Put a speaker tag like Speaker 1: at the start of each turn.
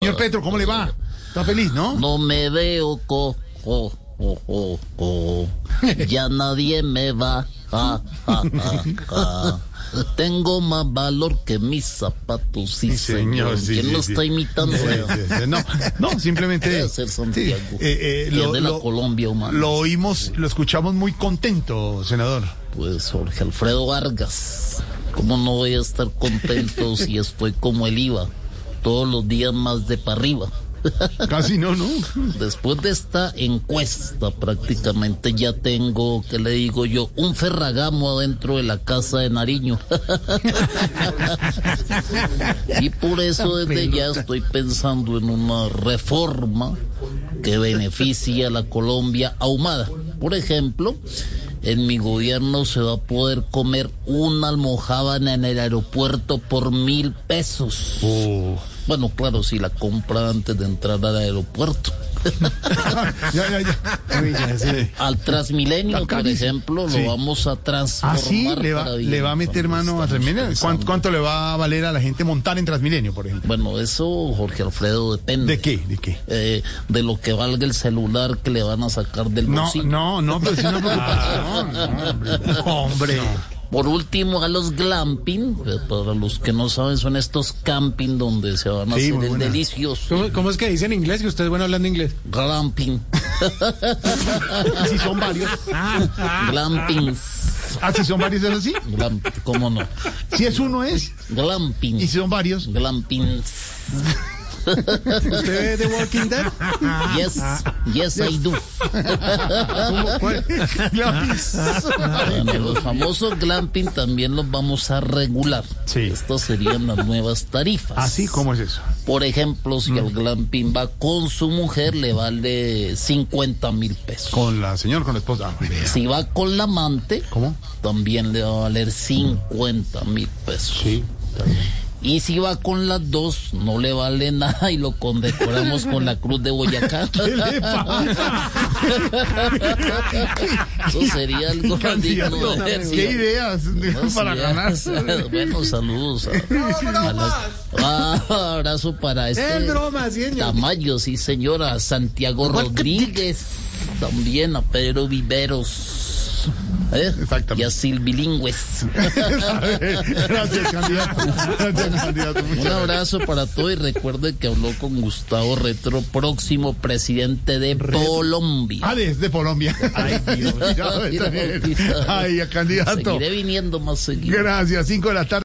Speaker 1: Señor Petro, ¿cómo le va? Está feliz, ¿no?
Speaker 2: No me veo cojo. jo, jo, jo. Ya nadie me va. ja, ja, ja, ja. Tengo más valor que mis zapatos, sí,
Speaker 3: Sí, señor,
Speaker 2: señor.
Speaker 3: sí,
Speaker 2: ¿Quién
Speaker 3: sí,
Speaker 2: lo
Speaker 3: sí.
Speaker 2: está imitando?
Speaker 3: Sí, sí, sí. No, no, simplemente.
Speaker 2: Debe ser Santiago.
Speaker 3: Sí, eh, eh,
Speaker 2: Que es de la Colombia humana.
Speaker 3: Lo oímos, lo escuchamos muy contento, senador.
Speaker 2: Pues Jorge Alfredo Vargas. ¿Cómo no voy a estar contento si estoy como el IVA? Todos los días más de para arriba.
Speaker 3: Casi no, ¿no?
Speaker 2: Después de esta encuesta, prácticamente ya tengo, ¿qué le digo yo? Un ferragamo adentro de la casa de Nariño. y por eso desde ya estoy pensando en una reforma que beneficie a la Colombia ahumada. Por ejemplo, en mi gobierno se va a poder comer una almojábana en el aeropuerto por mil pesos.
Speaker 3: Oh.
Speaker 2: Bueno, claro, si la compra antes de entrar al aeropuerto.
Speaker 3: Ya, ya, ya. Uy, ya, sí.
Speaker 2: Al Transmilenio,
Speaker 3: La
Speaker 2: por
Speaker 3: calle,
Speaker 2: ejemplo,
Speaker 3: sí.
Speaker 2: lo vamos a transformar.
Speaker 3: Ah, sí, le va,
Speaker 2: para
Speaker 3: le
Speaker 2: bien.
Speaker 3: va a meter
Speaker 2: Estamos
Speaker 3: mano a Transmilenio. ¿Cuánto,
Speaker 2: pensando.
Speaker 3: ¿Cuánto le va a valer a la gente montar en Transmilenio, por ejemplo?
Speaker 2: Bueno, eso, Jorge Alfredo, depende.
Speaker 3: ¿De qué? ¿De qué?
Speaker 2: Eh, de lo que valga el celular que le van a sacar del
Speaker 3: No,
Speaker 2: bolsillo.
Speaker 3: no, no, pero es una preocupación. no, hombre. hombre.
Speaker 2: Por último, a los glamping, que para los que no saben, son estos camping donde se van a
Speaker 3: Sí, muy
Speaker 2: hacer el
Speaker 3: buena.
Speaker 2: delicioso
Speaker 4: ¿Cómo, cómo es que dice en inglés que usted es bueno hablando inglés?
Speaker 2: glamping,
Speaker 3: Si son varios.
Speaker 2: glampings,
Speaker 3: Ah, si son varios, ¿es así?
Speaker 2: glamp- ¿cómo no?
Speaker 3: Si es uno, es.
Speaker 2: Glamping,
Speaker 3: Y si son varios.
Speaker 2: glampings.
Speaker 4: ¿Usted es de Walking Dead?
Speaker 3: Ah,
Speaker 2: Yes, yes, I do.
Speaker 3: ¿Cuál?
Speaker 2: Bueno, los famosos glamping también los vamos a regular.
Speaker 3: Sí.
Speaker 2: Estas serían las nuevas tarifas.
Speaker 3: Así, Mm. ¿cómo es eso?
Speaker 2: Por ejemplo, si el glamping va con su mujer, le vale 50 mil pesos.
Speaker 3: Con la señora, con la esposa. Ah, muy bien.
Speaker 2: Si va con la amante,
Speaker 3: ¿Cómo?
Speaker 2: también le va a valer 50 mil pesos.
Speaker 3: Sí.
Speaker 2: Y si va con las dos, no le vale nada y lo condecoramos con la cruz de Boyacá. Eso sería algo digno de ver,
Speaker 3: ¿Qué
Speaker 2: sí.
Speaker 3: ideas
Speaker 2: No,
Speaker 3: para
Speaker 2: sí,
Speaker 3: ganar?
Speaker 2: bueno, saludos. a- a las- Ah, abrazo para este.
Speaker 4: Es broma, sí, señor.
Speaker 2: Tamayo, sí, señora. a Santiago Rodríguez. También a Pedro Viveros. ¿eh?
Speaker 3: Exactamente.
Speaker 2: Y a Silvilingües.
Speaker 3: Gracias, candidato. Gracias, candidato.
Speaker 2: Un
Speaker 3: Muchas gracias.
Speaker 2: abrazo para todo y recuerde que habló con Gustavo Retro, próximo presidente de Colombia.
Speaker 3: Ah, desde Colombia. Ay,
Speaker 2: Dios.
Speaker 3: Ay, candidato.
Speaker 2: Seguiré viniendo más seguido.
Speaker 3: Gracias, 5 de la tarde.